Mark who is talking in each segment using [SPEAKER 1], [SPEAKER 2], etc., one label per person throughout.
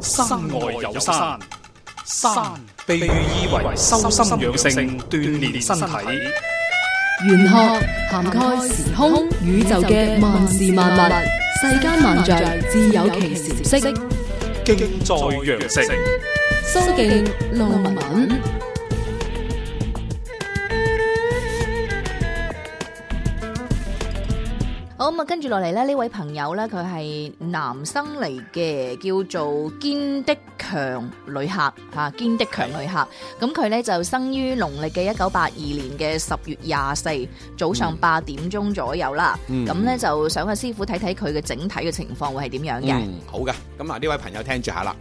[SPEAKER 1] 山外有山，山被喻意為修心養性、鍛煉身體。
[SPEAKER 2] 玄學涵蓋時空宇宙嘅萬事萬物，世間萬象自有其時色。
[SPEAKER 1] 敬在羊城，
[SPEAKER 2] 蘇敬路文。
[SPEAKER 3] 好咁啊，跟住落嚟咧，呢位朋友咧，佢係男生嚟嘅，叫做堅的強旅客嚇，啊堅的強旅客。咁佢咧就生於農曆嘅一九八二年嘅十月廿四早
[SPEAKER 4] 嗯
[SPEAKER 3] 上八點鐘左右啦。咁咧、就想阿師傅睇睇佢嘅整體嘅情況會係點樣嘅。
[SPEAKER 4] 嗯，好嘅。咁啊，呢位朋友聽住下啦。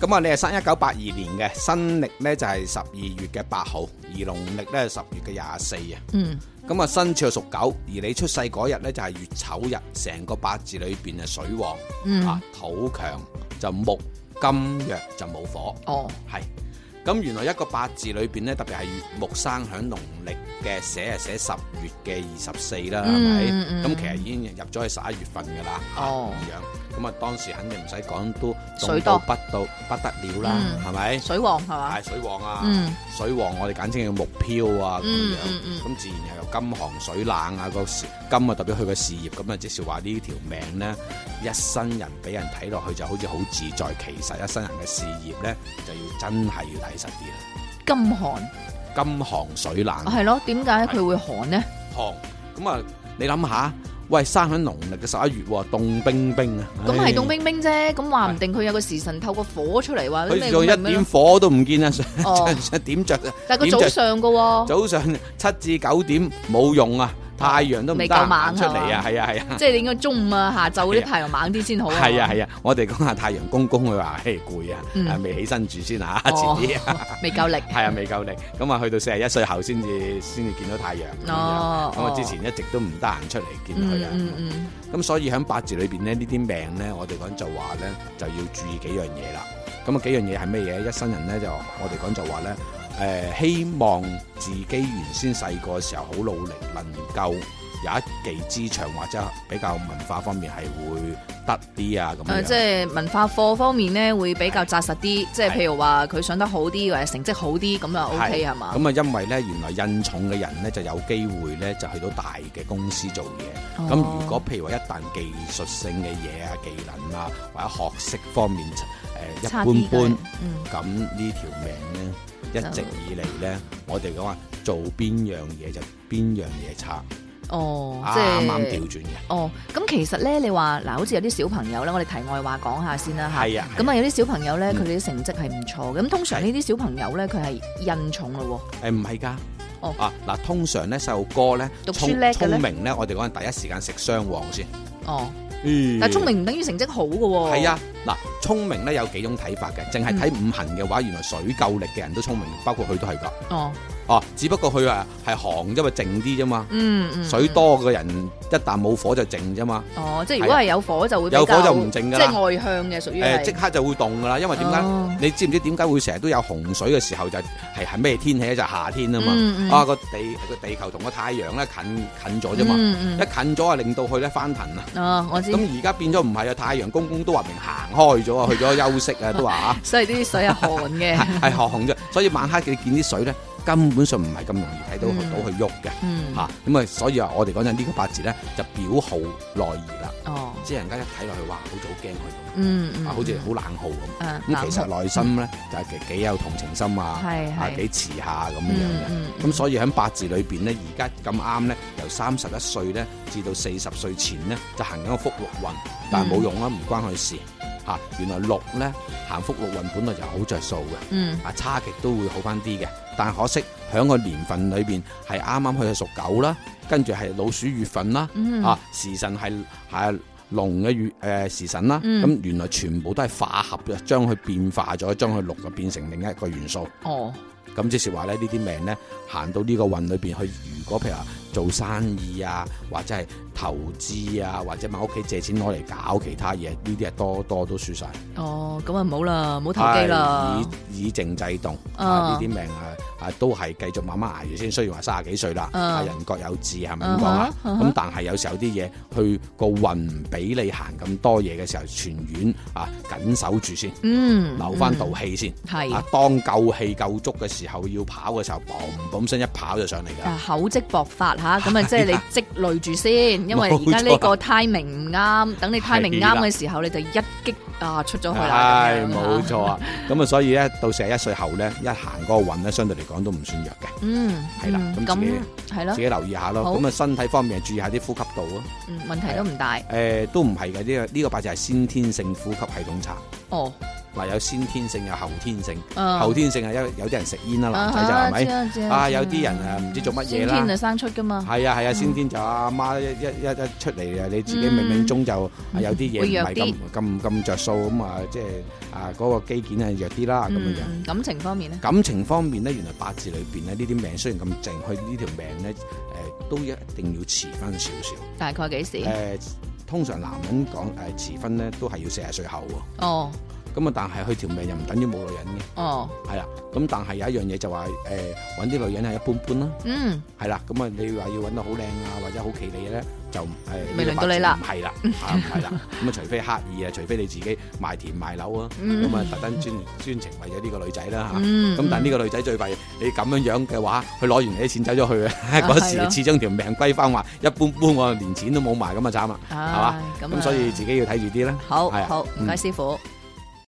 [SPEAKER 4] 咁啊，你係生一九八二年嘅，新歷呢就係十二月嘅八號，而農曆呢係十月嘅廿四啊。
[SPEAKER 3] 嗯
[SPEAKER 4] 咁啊，生肖屬狗，而你出世嗰日呢就係月丑日，成個八字裏邊係水旺、
[SPEAKER 3] 嗯
[SPEAKER 4] 啊，，土強就木，金弱就冇火。
[SPEAKER 3] 哦，
[SPEAKER 4] 係。咁原來一個八字裏邊咧，特別係月木生響農曆嘅寫係寫十月嘅二十四啦，係咪？咁、
[SPEAKER 3] 嗯嗯
[SPEAKER 4] 其實已經入咗去十一月份㗎啦，咁、
[SPEAKER 3] 哦
[SPEAKER 4] 樣。咁啊，當時肯定唔使講，都
[SPEAKER 3] 水
[SPEAKER 4] 凍
[SPEAKER 3] 多
[SPEAKER 4] 到不到不得了啦，
[SPEAKER 3] 嗯
[SPEAKER 4] 係咪、
[SPEAKER 3] 水旺係嘛
[SPEAKER 4] 大？水旺啊，
[SPEAKER 3] 嗯
[SPEAKER 4] 水旺我哋簡稱叫木漂啊咁樣，
[SPEAKER 3] 嗯
[SPEAKER 4] 咁、
[SPEAKER 3] 嗯嗯
[SPEAKER 4] 自然又有金寒水冷啊，個事金啊代表佢嘅事業，咁啊即是話呢條命呢，一生人俾人睇落去就好似好自在，其實一生人嘅事業呢，就要真係要睇實啲啦。
[SPEAKER 3] 金寒哦
[SPEAKER 4] 金寒水冷
[SPEAKER 3] 係咯，點解佢會寒呢？
[SPEAKER 4] 寒，咁啊你諗下，喂生喺農曆嘅十一月喎，凍冰冰啊，
[SPEAKER 3] 咁係
[SPEAKER 4] 唉
[SPEAKER 3] 凍冰冰啫，咁話唔定佢有個時辰透過火出嚟話，咁
[SPEAKER 4] 佢
[SPEAKER 3] 你
[SPEAKER 4] 仲
[SPEAKER 3] 明
[SPEAKER 4] 一
[SPEAKER 3] 唔明
[SPEAKER 4] 點
[SPEAKER 3] 啊
[SPEAKER 4] 火都唔見啊，
[SPEAKER 3] 哦
[SPEAKER 4] 點着啊？
[SPEAKER 3] 但係佢
[SPEAKER 4] 點
[SPEAKER 3] 早
[SPEAKER 4] 着
[SPEAKER 3] 上噶喎，
[SPEAKER 4] 早上七至九點冇用啊，太陽都唔得
[SPEAKER 3] 哦未夠
[SPEAKER 4] 閒
[SPEAKER 3] 猛
[SPEAKER 4] 行出嚟啊，
[SPEAKER 3] 係嘛
[SPEAKER 4] 係啊係啊，
[SPEAKER 3] 即係你應該中午啊、下晝嗰
[SPEAKER 4] 係
[SPEAKER 3] 啲
[SPEAKER 4] 啊
[SPEAKER 3] 太陽猛啲先好啊。
[SPEAKER 4] 係啊係啊，我哋講下太陽公公佢話嘿攰啊
[SPEAKER 3] 嗯，
[SPEAKER 4] 啊未起身住先啊，
[SPEAKER 3] 哦
[SPEAKER 4] 遲啲啊
[SPEAKER 3] 未夠力。
[SPEAKER 4] 係啊未夠力，咁啊去到四十一歲後先至先至見到太陽咁樣。
[SPEAKER 3] 哦，
[SPEAKER 4] 咁啊！之
[SPEAKER 3] 哦
[SPEAKER 4] 前一直都唔得閒出嚟見
[SPEAKER 3] 嗯
[SPEAKER 4] 佢啊，
[SPEAKER 3] 嗯嗯
[SPEAKER 4] 咁所以喺八字裏邊咧，呢啲命咧，我哋講就話咧，就要注意幾樣嘢啦。咁啊幾樣嘢係咩嘢？一生人咧就我哋講就話咧，誒、希望自己原先細個嘅時候好努力，能夠有一技之長或者比較文化方面係會得啲啊咁
[SPEAKER 3] 誒，
[SPEAKER 4] 樣。
[SPEAKER 3] 哦即係文化課方面咧，會比較扎實啲，即係譬如話佢上得好啲，或者成績好啲，咁啊 OK 係嘛？
[SPEAKER 4] 咁啊，因為咧，原來印重嘅人咧就有機會咧，就去到大嘅公司做嘢。咁、
[SPEAKER 3] 哦
[SPEAKER 4] 如果譬如話一旦技術性嘅嘢啊、技能啊或者學識方面誒、一
[SPEAKER 3] 差
[SPEAKER 4] 般
[SPEAKER 3] 啲
[SPEAKER 4] 般
[SPEAKER 3] 嘅，嗯，
[SPEAKER 4] 咁呢條命咧
[SPEAKER 3] 就
[SPEAKER 4] 一直以嚟咧，我哋講話做邊樣嘢就邊樣嘢差，
[SPEAKER 3] 哦，即
[SPEAKER 4] 啊啱啱
[SPEAKER 3] 係
[SPEAKER 4] 調轉嘅。
[SPEAKER 3] 哦，咁其實咧，你話嗱，好似有啲小朋友咧，我哋題外話講下先啦嚇。
[SPEAKER 4] 係啊，
[SPEAKER 3] 咁啊，有啲小朋友咧，
[SPEAKER 4] 嗯
[SPEAKER 3] 佢哋啲成績係唔錯嘅。咁通常呢啲小朋友咧，佢係印重咯喎。
[SPEAKER 4] 誒唔係㗎。
[SPEAKER 3] 哦
[SPEAKER 4] 啊嗱，通常咧細路哥咧，
[SPEAKER 3] 讀書
[SPEAKER 4] 聰
[SPEAKER 3] 叻嘅
[SPEAKER 4] 聰
[SPEAKER 3] 呢
[SPEAKER 4] 明咧，我哋講第一時間食雙黃先。
[SPEAKER 3] 哦，
[SPEAKER 4] 嗯
[SPEAKER 3] 但係聰明唔等於成績好嘅喎。
[SPEAKER 4] 係啊，嗱，聰明咧有幾種睇法嘅，淨
[SPEAKER 3] 嗯
[SPEAKER 4] 係睇五行嘅話，原來水夠力嘅人都聰明，包括佢都係噶。
[SPEAKER 3] 哦，
[SPEAKER 4] 哦，只不過佢啊係寒啫嘛，靜啲啫嘛。
[SPEAKER 3] 嗯嗯。
[SPEAKER 4] 水
[SPEAKER 3] 嗯
[SPEAKER 4] 多嘅人一旦冇火就靜啫嘛，
[SPEAKER 3] 哦，即係如果係有火就會比較
[SPEAKER 4] 啊有火就唔靜㗎
[SPEAKER 3] 即
[SPEAKER 4] 啦
[SPEAKER 3] 係外向嘅屬於
[SPEAKER 4] 誒
[SPEAKER 3] 係
[SPEAKER 4] 即刻就會凍噶啦。因為點解？
[SPEAKER 3] 哦
[SPEAKER 4] 你知唔知點解會成日都有洪水嘅時候就係係係咩天氣咧？就係夏天啊嘛。
[SPEAKER 3] 嗯嗯
[SPEAKER 4] 啊個地個地球同個太陽咧近近咗啫嘛，
[SPEAKER 3] 嗯
[SPEAKER 4] 一近咗啊令到佢咧翻騰啊。
[SPEAKER 3] 嗯哦，我知
[SPEAKER 4] 咁，而家變咗唔係啊，太陽公公都話明行開咗啊，去咗休息啊，都話啊。
[SPEAKER 3] 所以啲水係寒嘅，
[SPEAKER 4] 係學紅啫，所以晚黑你見啲水咧，根本上唔係咁容易睇到
[SPEAKER 3] 嗯
[SPEAKER 4] 到佢喐嘅
[SPEAKER 3] 嗯，
[SPEAKER 4] 嚇。咁啊，所以啊，我哋講緊呢個八字咧，就表號內熱啦，
[SPEAKER 3] 哦，
[SPEAKER 4] 即係人家一睇落去，哇，好似好驚佢
[SPEAKER 3] 嗯嗯，
[SPEAKER 4] 咁，啊，好似好冷酷咁。
[SPEAKER 3] 誒
[SPEAKER 4] 咁其實內心咧就係幾幾有同情心啊，
[SPEAKER 3] 係
[SPEAKER 4] 啊
[SPEAKER 3] 係
[SPEAKER 4] 幾慈下咁樣
[SPEAKER 3] 嗯
[SPEAKER 4] 嘅。
[SPEAKER 3] 嗯
[SPEAKER 4] 咁所以喺八字裏邊咧，而家咁啱咧，由三十一歲咧至到四十歲前咧，就行緊個福祿運，但
[SPEAKER 3] 嗯
[SPEAKER 4] 係冇用啦，唔關佢事嚇、原來六咧行福祿運本來就好着數嘅。
[SPEAKER 3] 嗯
[SPEAKER 4] 啊差極都會好翻啲嘅，但可惜喺個年份裏邊係啱啱佢係屬狗啦，跟住係老鼠月份啦，
[SPEAKER 3] 嗯
[SPEAKER 4] 啊時辰係係龍嘅月誒、呃、時辰啦，
[SPEAKER 3] 嗯
[SPEAKER 4] 咁、原來全部都係化合嘅，將佢變化咗，將佢六就變成另一個元素。
[SPEAKER 3] 哦，
[SPEAKER 4] 咁即是話咧，呢啲命咧行到呢個運裏邊去，如果譬如話做生意啊，或者係投資啊，或者問屋企借錢攞嚟搞其他嘢，呢啲係多多都輸晒。
[SPEAKER 3] 哦，咁啊唔好啦，唔好投機啦
[SPEAKER 4] 係，以以靜制動
[SPEAKER 3] 啊
[SPEAKER 4] 啊！呢啲病啊啊都係繼續慢慢捱住先。雖然話三十幾歲啦，
[SPEAKER 3] 啊
[SPEAKER 4] 啊人各有志係咪咁講啊？
[SPEAKER 3] 啊哈啊
[SPEAKER 4] 咁
[SPEAKER 3] 哈
[SPEAKER 4] 但係有時候啲嘢去個運唔俾你行咁多嘢嘅時候，全院啊緊守住先，
[SPEAKER 3] 嗯，哎
[SPEAKER 4] 留翻道氣先。
[SPEAKER 3] 係
[SPEAKER 4] 啊，當夠氣夠足嘅時候，要跑嘅時候，嘣嘣聲一跑就上嚟㗎。
[SPEAKER 3] 啊厚積薄發吓， 咁啊即係你積累住先，因為
[SPEAKER 4] 冇錯
[SPEAKER 3] 而家呢個 timing 唔啱，等你 timing
[SPEAKER 4] 係啦
[SPEAKER 3] 啱嘅時候，你就一擊啊出咗去啦，
[SPEAKER 4] 唉，
[SPEAKER 3] 咁樣
[SPEAKER 4] 冇
[SPEAKER 3] 嚇，
[SPEAKER 4] 錯 啊！咁啊，所以咧，到四十一歲後咧，一行嗰個運咧，相對嚟講都唔算弱嘅，
[SPEAKER 3] 嗯，
[SPEAKER 4] 係啦
[SPEAKER 3] 嗯
[SPEAKER 4] 咁自己
[SPEAKER 3] 咁係咯
[SPEAKER 4] 自，己留意下咯。
[SPEAKER 3] 好
[SPEAKER 4] 咁啊，身體方面注意下啲呼吸道啊。
[SPEAKER 3] 嗯問題都唔大，
[SPEAKER 4] 誒、呃都唔係嘅，呢、個呢、個八字係先天性呼吸系統差。
[SPEAKER 3] 哦，
[SPEAKER 4] 嗱，有先天性，有後天性。
[SPEAKER 3] 啊
[SPEAKER 4] 後天性係因為有啲人食煙啦，男仔就
[SPEAKER 3] 啊
[SPEAKER 4] 係
[SPEAKER 3] 哈
[SPEAKER 4] 咪？
[SPEAKER 3] 知知
[SPEAKER 4] 啊，
[SPEAKER 3] 知
[SPEAKER 4] 有啲人誒唔知做乜嘢
[SPEAKER 3] 先天
[SPEAKER 4] 啦
[SPEAKER 3] 就。嗯生出噶嘛，
[SPEAKER 4] 係啊係啊，先天就阿媽一一一一出嚟啊，你自己冥冥中就啊有啲嘢
[SPEAKER 3] 嗯會弱
[SPEAKER 4] 唔係咁咁咁着數咁啊，即係啊嗰個肌腱係弱啲啦咁樣樣。
[SPEAKER 3] 嗯，感情方面咧，
[SPEAKER 4] 感情方面咧，原來八字裏邊咧呢啲命雖然咁靜，佢呢條命咧誒、都一定要遲婚少少。
[SPEAKER 3] 大概幾時
[SPEAKER 4] 誒、？通常男人講誒、遲婚咧都係要四十歲後喎。
[SPEAKER 3] 哦
[SPEAKER 4] 咁啊，但係佢條命又唔等於冇女人嘅，
[SPEAKER 3] 哦，
[SPEAKER 4] 係啦。咁但係有一樣嘢就話誒揾啲女人係一般般啦，
[SPEAKER 3] 嗯，
[SPEAKER 4] 係啦。咁啊，你話要揾到好靚啊或者好企理咧，就誒
[SPEAKER 3] 未輪到你啦
[SPEAKER 4] 唔係 啦，啊唔係啦。咁啊，除非刻意啊，除非你自己賣田賣樓啊，
[SPEAKER 3] 嗯
[SPEAKER 4] 咁啊特登專專程為咗呢個女仔啦嚇。
[SPEAKER 3] 嗯，
[SPEAKER 4] 咁但係呢個女仔最弊，你咁樣樣嘅話，佢攞完你啲錢走咗去啊！嗰時
[SPEAKER 3] 係咯
[SPEAKER 4] 始終條命歸翻話，一般般我連錢都冇埋咁啊慘啊！
[SPEAKER 3] 嗯係
[SPEAKER 4] 嘛咁所以自己要睇住啲啦。
[SPEAKER 3] 好
[SPEAKER 4] 係啊
[SPEAKER 3] 好，唔該
[SPEAKER 4] 嗯
[SPEAKER 3] 師傅。